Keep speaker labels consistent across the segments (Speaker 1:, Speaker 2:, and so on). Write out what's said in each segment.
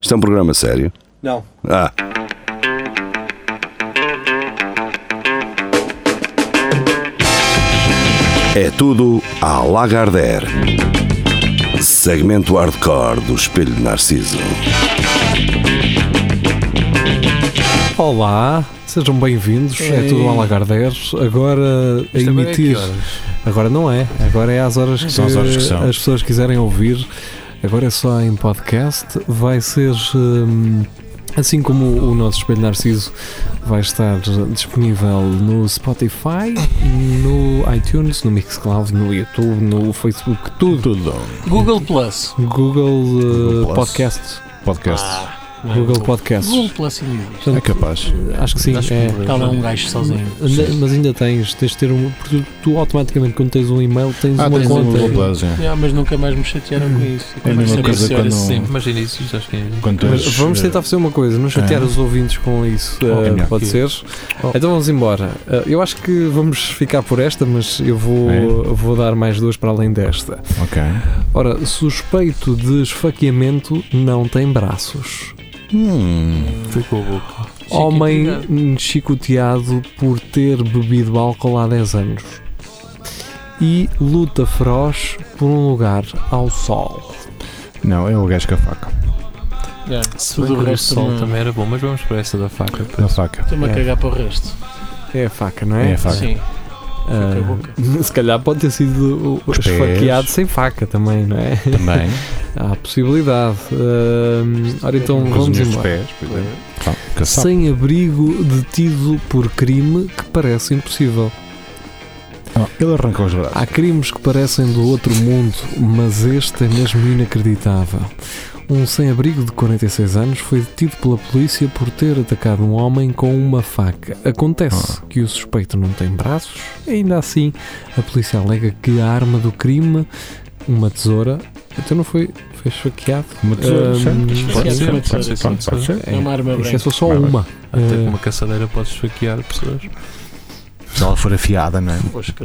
Speaker 1: Isto é um programa sério.
Speaker 2: Não.
Speaker 1: Ah, é tudo à Lagardère. Segmento hardcore do Espelho de Narciso.
Speaker 3: Olá, sejam bem-vindos. É
Speaker 4: Ei.
Speaker 3: tudo ao Lagardère. Agora a
Speaker 4: Isto agora é que
Speaker 3: emitir.
Speaker 4: horas?
Speaker 3: Agora não é. Agora é às horas que,
Speaker 4: São as horas que são.
Speaker 3: as pessoas quiserem ouvir. Agora é só em podcast. Vai ser. hum, Assim como o nosso Espelho Narciso vai estar disponível no Spotify, no iTunes, no Mixcloud, no YouTube, no Facebook, tudo.
Speaker 4: Tudo.
Speaker 5: Google Plus.
Speaker 3: Google,
Speaker 4: Google
Speaker 3: eh,
Speaker 4: Plus.
Speaker 3: Podcast.
Speaker 4: Podcast.
Speaker 6: Ah.
Speaker 3: Google Podcasts.
Speaker 5: Google Plus e miúdos.
Speaker 4: é capaz.
Speaker 3: Acho que sim. É,
Speaker 5: Está lá um gajo sozinho.
Speaker 3: Ainda- mas ainda tens, tens de ter um. Porque tu automaticamente quando tens um e-mail tens
Speaker 4: Ah,
Speaker 3: uma
Speaker 4: tens um
Speaker 3: conta.
Speaker 4: Google Plus, é.
Speaker 5: Ah, mas nunca mais me chatearam com isso.
Speaker 4: É a mesma coisa quando-
Speaker 6: Mas início já acho que é.
Speaker 4: Quando
Speaker 3: Mas
Speaker 4: tens,
Speaker 3: vamos
Speaker 4: eh,
Speaker 3: tentar fazer uma coisa, não chatear
Speaker 4: É.
Speaker 3: os ouvintes com isso.
Speaker 4: É
Speaker 3: eh,
Speaker 4: melhor.
Speaker 3: pode ser. Então vamos embora. Eh, eu acho que vamos ficar por esta, mas eu vou,
Speaker 4: É.
Speaker 3: vou dar mais duas para além desta.
Speaker 4: Ok.
Speaker 3: Ora, suspeito de esfaqueamento não tem braços.
Speaker 4: Hum.
Speaker 6: Foi com a boca.
Speaker 3: Homem chicoteado por ter bebido álcool há 10 anos. E luta feroz por um lugar ao sol.
Speaker 4: Não, é o gajo com a faca.
Speaker 5: É, Tudo o resto
Speaker 6: sol
Speaker 5: não-
Speaker 6: também era bom, mas vamos para essa da faca.
Speaker 4: A faca.
Speaker 5: Estou-me a
Speaker 3: É.
Speaker 5: cagar para o resto.
Speaker 3: É a faca, não
Speaker 4: É
Speaker 3: é?
Speaker 4: a faca.
Speaker 5: Sim.
Speaker 3: Ah,
Speaker 5: Foi com a boca.
Speaker 3: se calhar pode ter sido o-
Speaker 4: Os pés.
Speaker 3: esfaqueado sem faca também, não é?
Speaker 4: Também.
Speaker 3: Há a possibilidade. Ah, ora então
Speaker 4: Com os
Speaker 3: vamos
Speaker 4: meus
Speaker 3: embora.
Speaker 4: pés, por exemplo. Ah, com a sapo.
Speaker 3: Sem abrigo detido por crime que parece impossível.
Speaker 4: Ah, ele arrancou os braços.
Speaker 3: Há crimes que parecem do outro mundo, mas este é mesmo inacreditável. Um sem-abrigo de 46 anos foi detido pela polícia por ter atacado um homem com uma faca.
Speaker 6: Ah.
Speaker 3: Acontece que o suspeito não tem braços, ainda assim, a polícia alega que a arma do crime, uma tesoura, então não foi, foi esfaqueado.
Speaker 4: Uma tesoura,
Speaker 3: Ahm,
Speaker 4: sim. Pode ser,
Speaker 5: Pode ser,
Speaker 4: pode ser,
Speaker 6: pode ser.
Speaker 4: pode ser.
Speaker 5: É uma arma
Speaker 3: Isso é
Speaker 5: branca.
Speaker 3: só, só
Speaker 4: Vai, vai.
Speaker 3: uma.
Speaker 6: Até
Speaker 4: É.
Speaker 6: com
Speaker 3: Ah,
Speaker 6: uma caçadeira podes esfaquear pessoas.
Speaker 4: Se ela for afiada, não é?
Speaker 5: Poxa, que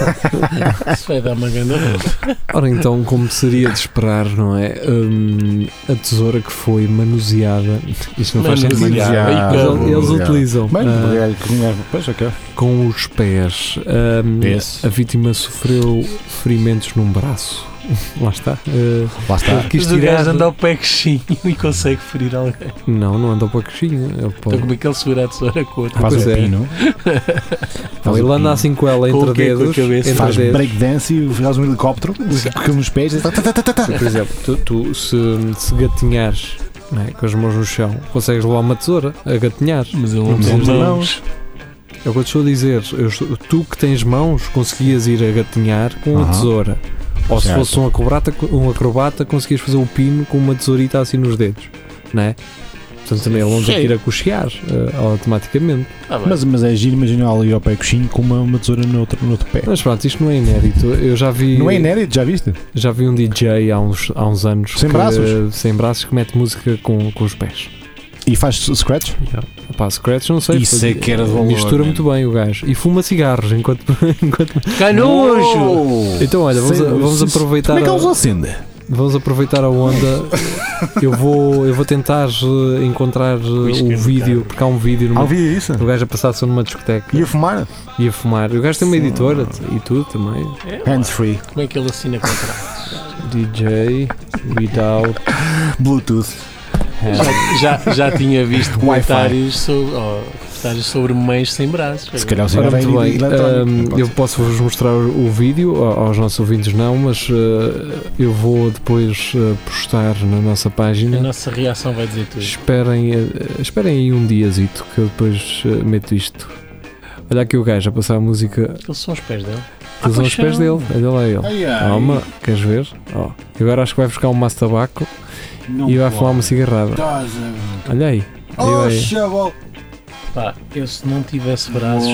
Speaker 5: sorte. Isso vai dar uma grande volta.
Speaker 3: Ora então, como seria de esperar, não é? Hum, a tesoura que foi manuseada. Isto não faz sentido.
Speaker 5: Manuseada.
Speaker 4: Manuseada.
Speaker 3: Mas eles- eles
Speaker 4: Manuseada.
Speaker 3: utilizam
Speaker 4: Bem,
Speaker 3: ah,
Speaker 4: é que não é- Pois, ok.
Speaker 3: com os pés. Hum,
Speaker 4: Esse.
Speaker 3: a vítima sofreu ferimentos num braço. Lá está. Uh,
Speaker 4: Lá está.
Speaker 3: ele quis
Speaker 5: Mas o
Speaker 3: tirar.
Speaker 5: gajo anda ao pé coxinho e consegue ferir alguém.
Speaker 3: Não, não anda para a coxinha. Ele, pode...
Speaker 5: Então como é que ele segura a tesoura com a outra?
Speaker 4: Faz
Speaker 3: Pois
Speaker 4: o
Speaker 3: é.
Speaker 4: pino.
Speaker 3: Não, ele anda assim com ela entre
Speaker 5: o quê? Com a
Speaker 3: dedos.
Speaker 5: cabeça?
Speaker 3: Entre
Speaker 4: Faz
Speaker 3: dedos.
Speaker 4: breakdance e faz um helicóptero. Porque nos pés. tá, tá, tá, tá, tá.
Speaker 3: Por exemplo, tu, tu se, se gatinhares não é, com as mãos no chão, consegues levar uma tesoura a gatinhar.
Speaker 5: Mas ele
Speaker 4: Não
Speaker 5: não tem
Speaker 4: precisa de
Speaker 5: mãos.
Speaker 3: É o que eu te estou a dizer. Eu estou- tu que tens mãos, conseguias ir a gatinhar com a
Speaker 4: Aham.
Speaker 3: tesoura. Ou se
Speaker 4: Certo.
Speaker 3: fosse um acrobata, um acrobata, conseguias fazer o pino com uma tesourita assim nos dedos. Não é? Portanto, também é longe de ir a cochear eh, automaticamente.
Speaker 5: Ah, bem.
Speaker 4: Mas, mas é giro, imagina ali ao pé coxinho com uma, uma tesoura no outro, no outro pé.
Speaker 3: Mas pronto, isto não é inédito. Eu já vi,
Speaker 4: Não é inédito, já viste?
Speaker 3: já vi um DJ há uns, há uns anos
Speaker 4: Sem
Speaker 3: que-
Speaker 4: braços?
Speaker 3: sem braços que mete música com, com os pés.
Speaker 4: E faz scratch?
Speaker 3: Pá, Scratch não sei.
Speaker 4: Isso
Speaker 3: porque
Speaker 4: é que era de valor,
Speaker 3: Mistura
Speaker 4: mano.
Speaker 3: muito bem o gajo. E fuma cigarros enquanto. enquanto...
Speaker 5: Canojo!
Speaker 4: Oh!
Speaker 3: Então, olha, vamos,
Speaker 4: Sei-
Speaker 3: a- vamos
Speaker 4: se- se-
Speaker 3: aproveitar.
Speaker 4: Como é que eles
Speaker 3: a-
Speaker 4: acende?
Speaker 3: Vamos aproveitar a onda. Eu vou, eu vou tentar eh, encontrar eh, o vídeo, porque há um vídeo numa,
Speaker 4: Havia isso?
Speaker 3: o gajo a passar só numa discoteca
Speaker 4: E a fumar?
Speaker 3: e a fumar. O gajo tem uma editora e tudo também.
Speaker 4: Hands free.
Speaker 5: Como é que ele assina contrato?
Speaker 3: DJ Without
Speaker 4: Bluetooth.
Speaker 3: Hands.
Speaker 5: Já, já tinha visto
Speaker 4: Wi-Fi.
Speaker 5: comentários sobre, oh, comentários sobre mães sem braços.
Speaker 4: Se calhar o
Speaker 3: Ora,
Speaker 4: cigarro é
Speaker 3: muito bem, hum,
Speaker 4: eletrónico.
Speaker 3: eu posso vos mostrar o vídeo, a- aos nossos ouvintes não, mas eh, eu vou depois eh, postar na nossa
Speaker 5: A
Speaker 3: página.
Speaker 5: nossa reação vai dizer tudo.
Speaker 3: Esperem, eh, esperem aí um diazito que eu depois eh, meto isto. Olha aqui o gajo a passar a música
Speaker 5: Aqueles são os pés dele.
Speaker 3: que são os pés
Speaker 5: é.
Speaker 3: dele. Olha lá ele.
Speaker 4: Ai, ai.
Speaker 3: Calma, queres ver? Ó, e Agora acho que vai buscar um maço de tabaco e vai fumar uma cigarrada. Olha aí. Olha aí.
Speaker 5: Pá, eu se não tivesse braços,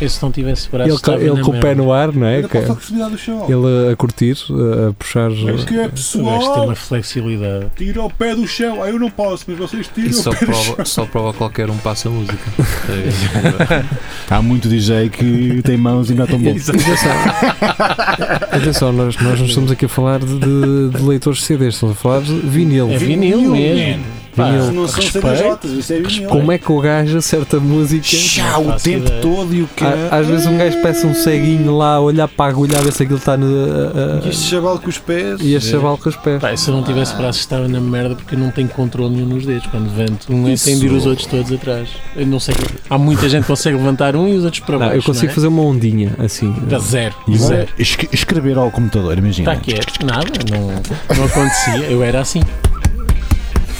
Speaker 5: eu se não tivesse braços,
Speaker 3: Ele, co-
Speaker 5: estava
Speaker 3: ele
Speaker 5: na
Speaker 3: com o pé
Speaker 5: mesma.
Speaker 3: no ar, não é?
Speaker 2: Olha
Speaker 3: Que-
Speaker 2: para a flexibilidade do chão.
Speaker 3: ele a curtir, a, a puxar.
Speaker 2: Mas que é
Speaker 5: O gajo tem
Speaker 2: pessoal,
Speaker 5: uma flexibilidade.
Speaker 2: tira o pé do chão. Ah, eu não posso, mas vocês tiram
Speaker 6: Isso só
Speaker 2: o pé do chão.
Speaker 6: prova, só prova qualquer um passa a música. É isso.
Speaker 4: Há muito DJ que tem mãos e não é tão bom.
Speaker 3: Atenção, Atenção, nós, nós não estamos aqui a falar de, de- de leitores de CDs, estamos a falar de vinil.
Speaker 5: É vinil
Speaker 2: Vinil,
Speaker 5: mesmo. Pá,
Speaker 2: Isso não são
Speaker 5: respeito.
Speaker 2: CDJs, isso é vinil.
Speaker 3: Como é que o gajo acerta música?
Speaker 4: Chá, o
Speaker 5: Faço
Speaker 4: tempo
Speaker 5: ideia.
Speaker 4: todo e o que
Speaker 3: Á- Às vezes um gajo peça um ceguinho lá a olhar para a agulha a ver se aquilo está no. a- a-
Speaker 2: Este chaval com os pés.
Speaker 4: é
Speaker 3: e este chaval com os pés.
Speaker 5: Pá, se eu não tivesse braços estava na merda porque eu não tenho controle nenhum nos dedos. Quando levanto um é tendir os outros todos atrás. Eu não sei. Há muita gente que consegue levantar um e os outros para
Speaker 3: Não,
Speaker 5: baixo.
Speaker 3: eu consigo
Speaker 5: não é?
Speaker 3: fazer é uma ondinha assim.
Speaker 5: Dá zero.
Speaker 4: E agora,
Speaker 5: zero.
Speaker 4: esque- escrever ao computador, imagina.
Speaker 5: Está Tá quieto. Nada. Não, não acontecia. Eu era assim.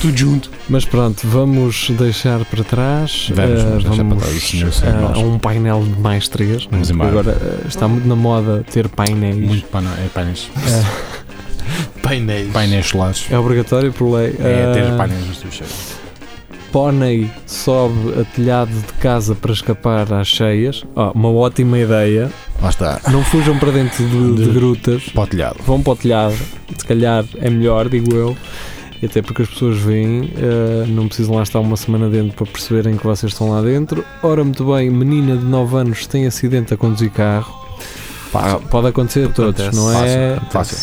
Speaker 5: Tudo junto.
Speaker 3: Mas pronto, vamos deixar para trás.
Speaker 4: Vamos, vamos
Speaker 3: ah,
Speaker 4: deixar para
Speaker 3: vamos,
Speaker 4: trás o senhor sem
Speaker 3: ah,
Speaker 4: nós.
Speaker 3: a um painel de mais três. não é?
Speaker 4: Vamos embora.
Speaker 3: Agora ah, está muito na moda ter painéis.
Speaker 4: Muito pana- é painéis,
Speaker 6: Painéis.
Speaker 4: painéis solares.
Speaker 3: É obrigatório por lei.
Speaker 4: É ter
Speaker 3: Ah,
Speaker 4: painéis nos teus cheios.
Speaker 3: Pônei sobe a telhado de casa para escapar às cheias. Ó, uma ótima ideia.
Speaker 4: Lá está,
Speaker 3: Não fujam para dentro de, de grutas.
Speaker 4: para o telhado.
Speaker 3: Vão para o telhado. Se calhar é melhor, digo eu. E Até porque as pessoas vêm, eh, não precisam lá estar uma semana dentro para perceberem que vocês estão lá dentro. Ora, muito bem, menina de 9 anos tem acidente a conduzir carro. Pá, pode acontecer a todos,
Speaker 6: Acontece.
Speaker 3: não é?
Speaker 4: Fácil.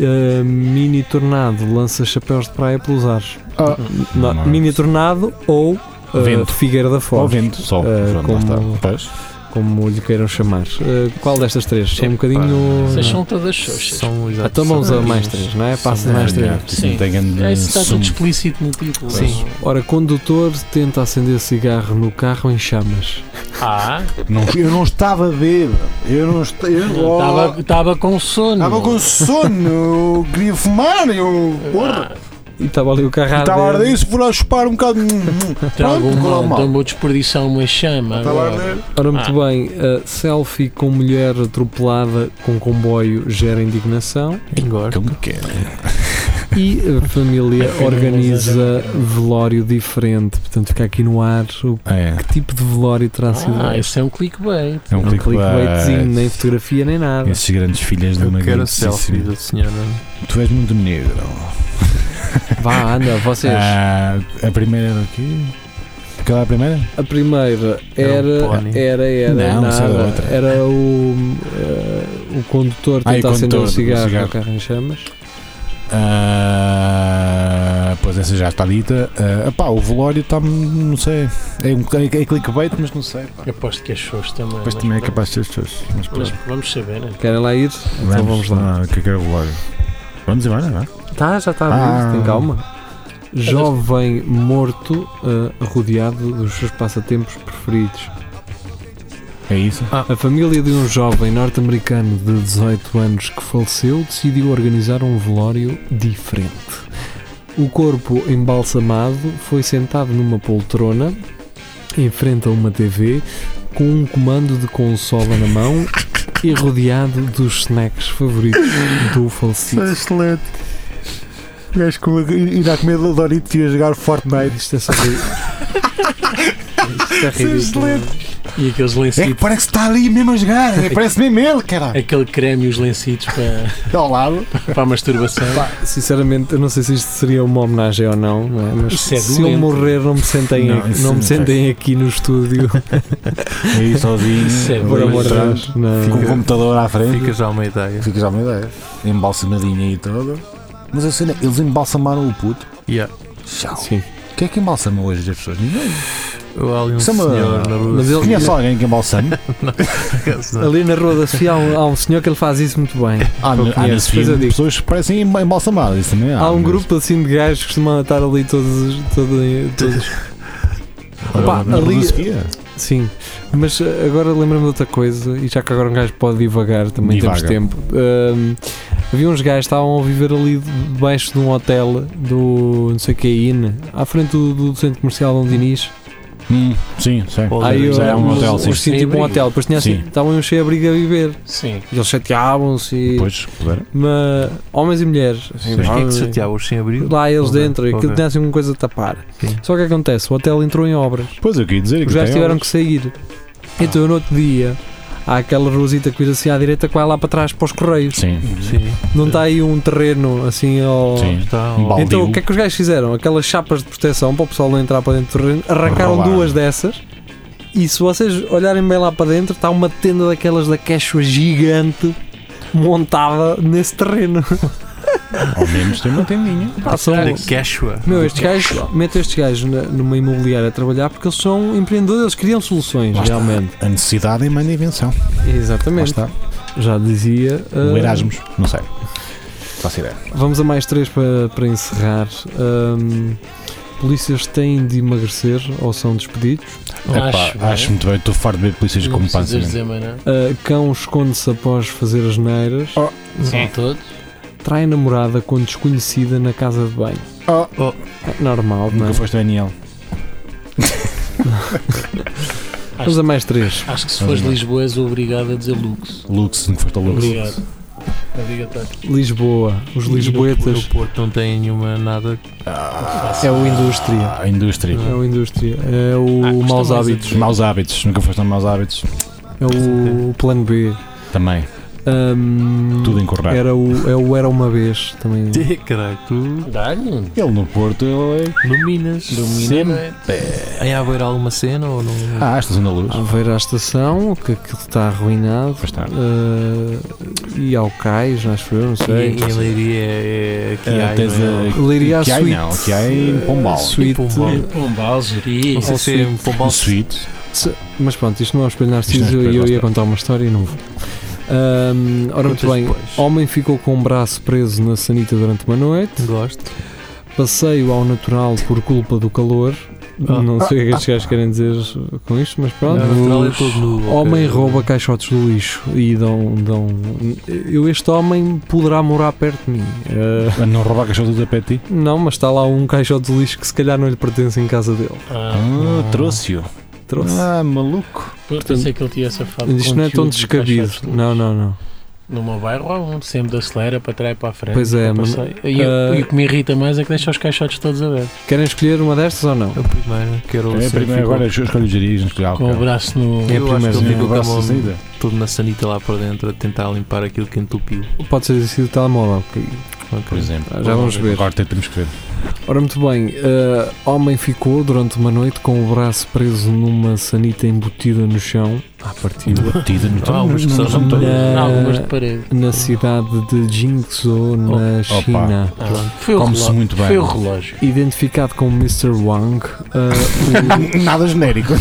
Speaker 3: Eh, mini tornado lança chapéus de praia pelos ares.
Speaker 4: Ah,
Speaker 3: Não,
Speaker 4: não é.
Speaker 3: mini tornado ou eh,
Speaker 4: Vento.
Speaker 3: Figueira da
Speaker 4: Ao
Speaker 3: Foz,
Speaker 4: vento, só.
Speaker 3: Ah,
Speaker 4: Pronto, lá
Speaker 3: como-
Speaker 4: está. Pois.
Speaker 3: como lhe queiram chamar. Eh, qual destas três? São um
Speaker 6: Epá,
Speaker 3: bocadinho.
Speaker 5: Vocês são todas xoxas.
Speaker 6: São exato,
Speaker 3: Então vamos a
Speaker 6: são-
Speaker 3: mais três, não é? Passa
Speaker 6: São-
Speaker 3: mais três.
Speaker 4: É, isso
Speaker 5: Sim.
Speaker 4: Não tem grande
Speaker 5: É, isso está
Speaker 4: sumo.
Speaker 5: tudo explícito no título.
Speaker 6: Sim.
Speaker 3: Ora, condutor tenta acender cigarro no carro em chamas.
Speaker 5: Ah,
Speaker 4: Não, eu não estava bêbado. Eu não estava.
Speaker 5: estava estava com sono.
Speaker 2: Estava oh, com sono, eu queria fumar, eu. Porra!
Speaker 5: Ah,
Speaker 3: E estava ali o carro
Speaker 4: Ah, tá
Speaker 3: a
Speaker 2: Estava a
Speaker 3: arder.
Speaker 2: arder, se for a chupar um bocado. hum, hum.
Speaker 5: tem
Speaker 2: Pronto,
Speaker 5: alguma,
Speaker 2: correu mal.
Speaker 5: então vou desperdiçar uma chama.
Speaker 2: Estava a
Speaker 5: agora.
Speaker 2: arder.
Speaker 3: Ora, muito bem, eh, selfie com mulher atropelada com comboio gera indignação.
Speaker 6: Engorda.
Speaker 4: Como
Speaker 2: um
Speaker 4: que é?
Speaker 3: E a família
Speaker 5: Sim,
Speaker 3: organiza velório diferente. Portanto, fica aqui no ar o
Speaker 4: É.
Speaker 3: que tipo de velório terá sido.
Speaker 5: Ah,
Speaker 3: este?
Speaker 5: isso é um clickbait.
Speaker 4: É um,
Speaker 3: É um clickbaitzinho, nem fotografia, nem nada.
Speaker 4: Esses grandes filhas de
Speaker 6: Eu
Speaker 4: uma
Speaker 6: quero a
Speaker 4: grande
Speaker 6: selfie
Speaker 4: Sicília.
Speaker 6: da senhora. é?
Speaker 4: Tu és muito negro.
Speaker 3: Vá, anda, vocês.
Speaker 4: Ah, a primeira era o quê? Aquela é a primeira?
Speaker 3: A primeira
Speaker 6: Era um
Speaker 3: era.
Speaker 6: pônei.
Speaker 3: Era, era,
Speaker 4: É Não,
Speaker 3: nada.
Speaker 4: essa era outra.
Speaker 3: Era o. eh, o condutor
Speaker 4: Ah, e
Speaker 3: tentar acender
Speaker 4: condutor
Speaker 3: um
Speaker 4: do
Speaker 3: cigarro,
Speaker 4: cigarro.
Speaker 3: no carro em chamas.
Speaker 4: Ah, pois essa já está dita. Ah, pá, o velório está, não sei. É, um, é, é clickbait, mas não sei. Pá.
Speaker 5: Eu aposto que é xoxo também.
Speaker 4: Depois
Speaker 5: mas
Speaker 4: também é
Speaker 5: pronto.
Speaker 4: capaz de ser as pessoas. Mas
Speaker 5: Mas
Speaker 4: pronto.
Speaker 5: vamos saber, né?
Speaker 3: Querem lá ir? Então vamos lá.
Speaker 4: Ah, o que é que era o velório? Vamos embora, não é?
Speaker 3: Tá, já está a abrir,
Speaker 4: Ah.
Speaker 3: tem calma. Jovem morto eh, rodeado dos seus passatempos preferidos.
Speaker 4: É isso?
Speaker 3: A família de um jovem norte-americano de 18 anos que faleceu decidiu organizar um velório diferente. O corpo embalsamado foi sentado numa poltrona em frente a uma TV com um comando de consola na mão e rodeado dos snacks favoritos do falecido.
Speaker 2: excelente. O gajo com irá comer Doritos e a jogar Fortnite.
Speaker 3: Isto é só ri- Isto é ridículo.
Speaker 5: E aqueles
Speaker 2: É que
Speaker 5: lencitos,
Speaker 2: parece que está ali mesmo a jogar. É, parece mesmo ele, caralho.
Speaker 5: aquele creme e os lencitos para,
Speaker 2: Está ao lado.
Speaker 5: para a masturbação.
Speaker 3: Sinceramente, eu não sei se isto seria uma homenagem ou não, não é? mas
Speaker 5: Isso é
Speaker 3: se eu
Speaker 5: doente.
Speaker 3: morrer, não me sentem,
Speaker 4: Não,
Speaker 3: aqui,
Speaker 4: isso
Speaker 3: não me
Speaker 4: não faz.
Speaker 3: sentem aqui no estúdio,
Speaker 4: Aí sozinho.
Speaker 5: Isso é
Speaker 4: ali
Speaker 3: por
Speaker 5: Doente.
Speaker 3: amor de
Speaker 4: atrás,
Speaker 3: Deus. Não.
Speaker 4: Com o computador à
Speaker 3: Uhum.
Speaker 4: frente.
Speaker 6: Fica já uma ideia.
Speaker 4: Fica já uma ideia. Embalsamadinha aí toda. Mas a cena, eles embalsamaram o puto.
Speaker 6: Yeah.
Speaker 4: Tchau.
Speaker 3: Sim.
Speaker 4: Quem é que embalsama hoje as pessoas? Ninguém.
Speaker 6: Eu há ali um
Speaker 4: Isso é uma-
Speaker 6: senhor na rua.
Speaker 3: Mas ele-
Speaker 4: Conhece alguém que embalsame?
Speaker 6: ele...
Speaker 3: Ali na Rua da Sofia há um, há um senhor que ele faz isso muito bem.
Speaker 4: Há,
Speaker 3: Eu
Speaker 4: há
Speaker 3: conheço, pois
Speaker 4: nesse
Speaker 3: eu
Speaker 4: filme
Speaker 3: digo.
Speaker 4: pessoas que parecem em- embalsamadas. Isso também há.
Speaker 3: Há um
Speaker 4: Ah, mas-
Speaker 3: grupo assim de gajos que costumam estar ali todos. todos, todos- Opa,
Speaker 4: Não
Speaker 3: ali-
Speaker 4: conseguia.
Speaker 3: Sim, mas eh, agora lembra-me de outra coisa, e já que agora um gajo pode divagar, também
Speaker 4: Divaga.
Speaker 3: temos tempo. Ahm, havia uns gajos que estavam a viver ali debaixo de um hotel do não sei que é Inn, à frente do, do centro comercial Dom Dinis.
Speaker 4: Hum, sim, sei.
Speaker 5: Ou
Speaker 3: Aí
Speaker 5: Pois
Speaker 3: eu,
Speaker 4: já é um
Speaker 3: os-
Speaker 4: hotel,
Speaker 3: os
Speaker 4: sim.
Speaker 3: tinha tipo um
Speaker 5: Sem-abrigo.
Speaker 3: hotel, depois tinha assim,
Speaker 4: Sim.
Speaker 3: estavam uns sem abrigo a viver.
Speaker 5: Sim.
Speaker 3: E Eles chateavam-se e.
Speaker 4: Pois, claro.
Speaker 3: Mas, homens e mulheres.
Speaker 4: Sim.
Speaker 6: Mas
Speaker 4: é,
Speaker 6: quem é que
Speaker 3: homens-
Speaker 6: se chateava os sem abrigo?
Speaker 3: Lá eles
Speaker 6: Ok,
Speaker 3: dentro, aquilo
Speaker 6: ok.
Speaker 3: tinha assim uma coisa a tapar.
Speaker 6: Sim.
Speaker 3: Só que acontece, o hotel entrou em obras.
Speaker 4: Pois eu queria dizer
Speaker 3: Os
Speaker 4: que
Speaker 3: gajos
Speaker 4: tem
Speaker 3: tiveram que
Speaker 4: obras.
Speaker 3: sair. Então eu no outro dia há aquela ruazita que vira assim à direita que vai lá para trás para os correios.
Speaker 4: Sim,
Speaker 6: Sim,
Speaker 3: Não está aí um terreno assim ao.
Speaker 4: sim.
Speaker 6: está.
Speaker 4: Um balde.
Speaker 3: Então
Speaker 4: baldio.
Speaker 3: o que é que os gajos fizeram? Aquelas chapas de proteção para o pessoal não entrar para dentro do terreno, arrancaram
Speaker 4: Roubaram.
Speaker 3: duas dessas. E se vocês olharem bem lá para dentro, está uma tenda daquelas da Quechua gigante montada nesse terreno.
Speaker 4: Ao menos tem uma tendinha.
Speaker 3: Pá, são-
Speaker 6: Da Quechua.
Speaker 3: Então, Meu, estes gajos, metem estes gajos na- numa imobiliária a trabalhar porque eles são empreendedores, eles criam soluções,
Speaker 4: Lá está.
Speaker 3: realmente.
Speaker 4: A necessidade é mãe da invenção. Lá
Speaker 3: Exatamente.
Speaker 4: está.
Speaker 3: Já dizia.
Speaker 4: O
Speaker 3: ah,
Speaker 4: Erasmus, não sei. Faço ideia.
Speaker 3: Vamos a mais três para, para encerrar. Ahm, polícias têm de emagrecer ou são despedidos.
Speaker 4: Epá,
Speaker 5: Acho,
Speaker 4: É acho,
Speaker 5: acho
Speaker 4: muito bem. Estou farto de ver polícias
Speaker 5: não
Speaker 4: como pança.
Speaker 5: precisas
Speaker 4: mesmo.
Speaker 5: dizer mais nada.
Speaker 3: Ah, cão esconde-se após fazer as neiras.
Speaker 5: São todos.
Speaker 3: Trai namorada com desconhecida na casa de banho.
Speaker 4: Oh.
Speaker 6: Oh.
Speaker 3: É normal, não é?
Speaker 4: Nunca foste Daniel.
Speaker 3: Vamos a mais três.
Speaker 5: Acho que se fores de Lisboa és obrigado a dizer luxo.
Speaker 4: Lux, nunca foste a Lux.
Speaker 5: Obrigado. Obrigatório.
Speaker 3: Lisboa. Os lisboetas.
Speaker 6: O Porto não tem nenhuma nada.
Speaker 3: É o indústria.
Speaker 4: Ah, a indústria.
Speaker 3: É o indústria. É o
Speaker 5: Ah, custa
Speaker 3: maus
Speaker 5: mais a
Speaker 3: hábitos.
Speaker 4: Os maus hábitos. Nunca foste a maus hábitos.
Speaker 3: É o plano B.
Speaker 4: Também.
Speaker 3: Ahm,
Speaker 4: Tudo encurrado.
Speaker 3: era o, é o Era Uma Vez também.
Speaker 6: Tê, caralho, tu
Speaker 5: Dá-lhe.
Speaker 4: Ele no Porto, ele é.
Speaker 6: dominas.
Speaker 5: Domina, não é?
Speaker 6: Aí há beira alguma cena ou não?
Speaker 4: Ah, estas na luz.
Speaker 3: A ver à estação, que aquilo está arruinado.
Speaker 4: Pois está.
Speaker 3: Ah, e ao cais, acho eu, não sei.
Speaker 6: E em Leiria é. é Aqui
Speaker 4: Ah,
Speaker 6: há,
Speaker 4: tens
Speaker 6: não é?
Speaker 4: a-
Speaker 3: Leiria à
Speaker 4: que há
Speaker 3: suíte.
Speaker 4: não, que há um em Pombal.
Speaker 3: Suíte.
Speaker 6: Pombal.
Speaker 5: Pombal, geri.
Speaker 6: Não sei
Speaker 3: ao
Speaker 6: se é um
Speaker 4: Um
Speaker 6: pombal.
Speaker 4: suíte.
Speaker 3: Se- Mas pronto, isto não é um espelho
Speaker 4: Isto
Speaker 3: narciso
Speaker 4: não é um
Speaker 3: e
Speaker 4: espelho,
Speaker 3: eu
Speaker 4: lá
Speaker 3: ia
Speaker 4: está.
Speaker 3: contar uma história e não vou. Ahm, ora, muito
Speaker 6: Contas
Speaker 3: bem.
Speaker 6: depois.
Speaker 3: Homem ficou com um braço preso na sanita durante uma noite.
Speaker 6: Gosto.
Speaker 3: Passeio ao natural por culpa do calor.
Speaker 6: Ah.
Speaker 3: Não sei o que estes gajos querem dizer com isto, mas
Speaker 6: Não,
Speaker 3: pronto.
Speaker 6: natural é todo nu,
Speaker 3: Homem
Speaker 6: ok.
Speaker 3: rouba caixotes do lixo e dão, dão. Eu, este homem poderá morar perto de mim. Ah,
Speaker 4: A Eh, Não roubar cachorro do tapete.
Speaker 3: não, mas está lá um caixote de lixo que se calhar não lhe pertence em casa dele.
Speaker 4: Ah, trouxe-o.
Speaker 3: Trouxe.
Speaker 4: Ah, maluco.
Speaker 5: Eu pensei que ele tivesse a fado
Speaker 3: Isto não é tão
Speaker 5: conteúdo de
Speaker 3: descabido.
Speaker 5: caixotes de luz.
Speaker 3: Não, não, não.
Speaker 5: No meu bairro há um, sempre da acelera para trás e para a frente.
Speaker 3: Pois é,
Speaker 5: Eu
Speaker 3: mas-
Speaker 5: passei. E, eu-
Speaker 3: Ah.
Speaker 5: e o que me irrita mais é que deixa os caixotes todos abertos.
Speaker 3: Querem escolher uma destas ou não?
Speaker 6: É o primeiro, que era o
Speaker 4: É a
Speaker 6: sempre
Speaker 4: primeira
Speaker 6: ficou
Speaker 4: agora, eu escolho os geris, não escolhi é algo.
Speaker 5: Com o braço Um no.
Speaker 6: Eu acho que ele
Speaker 4: Sim,
Speaker 6: ficou
Speaker 4: o braço
Speaker 6: com a mão-
Speaker 4: saída.
Speaker 6: todo na sanita lá para dentro a tentar limpar aquilo que entupiu.
Speaker 3: Pode ser esse do telemóvel. que-
Speaker 4: Por exemplo.
Speaker 3: Ah, já vamos ver.
Speaker 4: Agora temos que ver.
Speaker 3: Ora, muito bem. ah, homem ficou durante uma noite com o braço preso numa sanita embutida no chão, à partida,
Speaker 4: Batida no
Speaker 6: Ah, umas que são
Speaker 4: Então, não-
Speaker 6: todas.
Speaker 3: não.
Speaker 5: Não, algumas de parede.
Speaker 4: Ah.
Speaker 3: na cidade de Jingzhou, na
Speaker 4: Oh,
Speaker 3: China.
Speaker 5: Ah,
Speaker 6: Pronto.
Speaker 5: foi o
Speaker 4: Come-se
Speaker 5: relógio.
Speaker 4: muito bem.
Speaker 5: Foi o relógio.
Speaker 3: Identificado como Mr. Wang, ah,
Speaker 4: Nada genérico.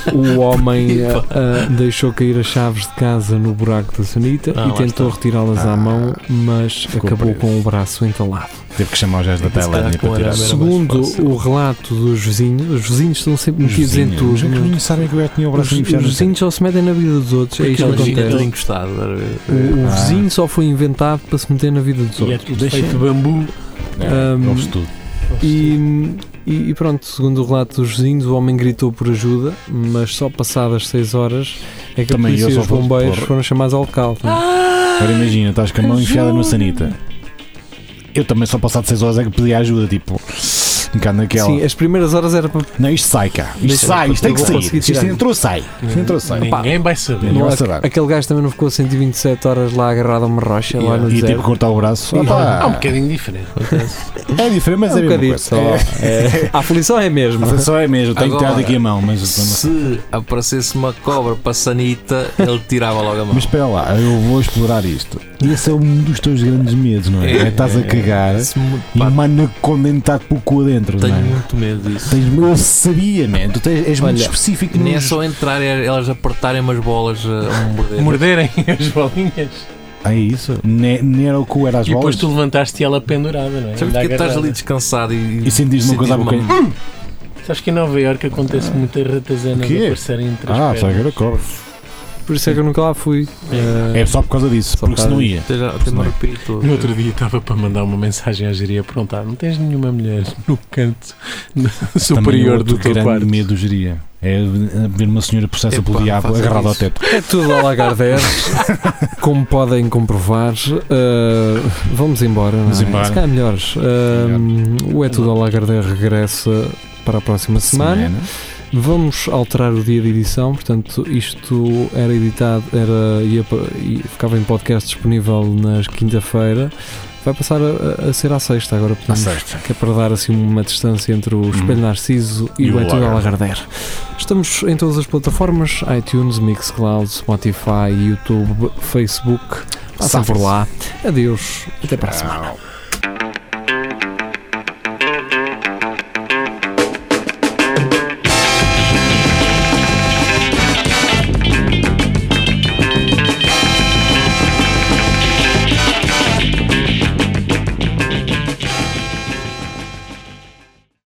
Speaker 3: o, o homem ah, ah, deixou cair as chaves de casa no buraco da sanita
Speaker 6: Ah,
Speaker 3: e
Speaker 6: lá
Speaker 3: tentou retirá-las à
Speaker 4: Ah,
Speaker 3: mão, mas acabou
Speaker 4: preso.
Speaker 3: com o braço entalado.
Speaker 4: Teve que chamar os gajos da
Speaker 6: Se calhar
Speaker 4: Tailândia
Speaker 6: com
Speaker 4: para tirar.
Speaker 6: arame era
Speaker 3: Segundo
Speaker 6: mais fácil.
Speaker 3: o relato dos vizinhos, os vizinhos estão sempre metidos em
Speaker 4: Os
Speaker 3: tudo. é?
Speaker 4: vizinhos sabem que o gajo tinha o braço
Speaker 3: Os,
Speaker 4: enfiado
Speaker 3: os
Speaker 4: no
Speaker 3: vizinhos só se metem na vida dos outros, é
Speaker 6: Porque
Speaker 3: isto que
Speaker 6: imagina, tudo
Speaker 3: acontece.
Speaker 6: encostado. era-
Speaker 3: O, o
Speaker 4: Ah.
Speaker 3: vizinho só foi inventado para se meter na vida dos
Speaker 5: E é
Speaker 3: outros.
Speaker 5: tudo
Speaker 4: Deixa-
Speaker 5: feito de bambu.
Speaker 3: Ahm,
Speaker 4: É, ouve-se tudo.
Speaker 3: E, e- e pronto, segundo o relato dos vizinhos, o homem gritou por ajuda, mas só passadas 6 horas é que
Speaker 4: Também
Speaker 3: a polícia
Speaker 4: eu
Speaker 3: e
Speaker 4: só
Speaker 3: os
Speaker 4: vou- Ah,
Speaker 3: bombeiros
Speaker 4: porra.
Speaker 3: foram chamados ao local.
Speaker 4: Agora imagina, estás com a mão enfiada numa sanita. Eu também só passado 6 horas é que pedi ajuda, tipo, um bocado naquela.
Speaker 3: Sim, as primeiras horas era para.
Speaker 4: Não, isto sai cá. Isto
Speaker 3: Deixa-
Speaker 4: sai, isto tem que
Speaker 3: eu vou
Speaker 4: sair.
Speaker 3: conseguir
Speaker 4: Isto
Speaker 3: tirar.
Speaker 4: entrou, sai. Isto entrou, sai.
Speaker 5: Ninguém vai saber.
Speaker 4: Não
Speaker 3: não,
Speaker 4: vai
Speaker 3: ac-
Speaker 4: saber.
Speaker 3: aquele gajo também não ficou 127 horas lá agarrado a uma rocha lá no
Speaker 4: E
Speaker 3: deserto.
Speaker 4: tipo cortar o braço.
Speaker 3: Sim.
Speaker 4: Opá,
Speaker 5: Há um bocadinho diferente.
Speaker 6: Acontece.
Speaker 4: é diferente, mas
Speaker 3: É
Speaker 4: é,
Speaker 3: um
Speaker 4: a mesma
Speaker 3: bocadinho
Speaker 4: coisa.
Speaker 3: só.
Speaker 4: É.
Speaker 3: A aflição é a mesma.
Speaker 4: Mas só é mesmo, tenho que tirar
Speaker 6: Agora,
Speaker 4: daqui a mão. Mas,
Speaker 6: Se aparecesse uma cobra para a sanita, ele tirava logo a mão.
Speaker 4: mas espera lá, eu vou explorar isto. E esse é um dos teus grandes medos, não é? É que estás a cagar
Speaker 6: Se mu-
Speaker 4: e
Speaker 6: pá,
Speaker 4: uma anaconda entrar pelo cu adentro, não
Speaker 6: tenho
Speaker 4: é?
Speaker 6: muito medo disso.
Speaker 4: Tens, eu sabia, man. Tu tens, és muito
Speaker 3: Olha,
Speaker 4: específico
Speaker 6: Nem é
Speaker 4: nos-
Speaker 6: só entrar, é elas apertarem umas bolas a um morder.
Speaker 5: Morderem as bolinhas.
Speaker 4: Ah, é isso? Nem, nem era o cu, era as
Speaker 5: E depois
Speaker 4: bolas.
Speaker 5: tu levantaste e ela pendurada, não é?
Speaker 6: Sabes
Speaker 5: Ainda
Speaker 6: porque estás
Speaker 5: agarrada.
Speaker 6: ali descansado e. um-
Speaker 4: E sentiste uma coisa há bocadinho.
Speaker 5: Sabes que em Nova Iorque acontece muita ratazana
Speaker 4: O quê?
Speaker 5: de aparecerem entre as
Speaker 4: Ah,
Speaker 5: pernas.
Speaker 4: só que era cobra.
Speaker 3: Por isso é que eu nunca lá fui.
Speaker 4: É só por causa disso,
Speaker 3: Só por
Speaker 4: porque se
Speaker 3: causa
Speaker 4: não ia.
Speaker 6: Até-me um arrepio todo.
Speaker 5: No outro dia estava para mandar uma mensagem à geria a perguntar: não tens nenhuma mulher no canto superior
Speaker 4: Também
Speaker 5: do
Speaker 4: outro
Speaker 5: teu
Speaker 4: grande
Speaker 5: quarto?
Speaker 4: medo geria. É ver uma senhora possessa
Speaker 6: Epá,
Speaker 4: pelo
Speaker 6: não
Speaker 4: diabo
Speaker 6: faças
Speaker 4: agarrada ao
Speaker 6: isso.
Speaker 4: teto.
Speaker 3: É tudo a Lagardeiros. Como podem comprovar, eh, vamos embora. Não é?
Speaker 4: Vamos embora.
Speaker 3: Se calhar melhores. Eh, o É tudo a Lagardeiros regressa para a próxima
Speaker 4: é.
Speaker 3: semana.
Speaker 4: né?
Speaker 3: Vamos alterar o dia de edição, portanto, isto era editado, era, ia pa- e ficava em podcast disponível nas quinta-feira. Vai passar a, a ser à sexta agora,
Speaker 4: À
Speaker 3: portanto,
Speaker 4: sexta.
Speaker 3: que é para dar assim uma distância entre o Espelho Narciso Uhum. e,
Speaker 4: E
Speaker 3: o
Speaker 4: o
Speaker 3: É Tudo a
Speaker 4: Lagarde.
Speaker 3: Lagardeiro. Estamos em todas as plataformas: iTunes, Mixcloud, Spotify, YouTube, Facebook. Passem por lá. Adeus. Até para a semana.
Speaker 4: Tchau.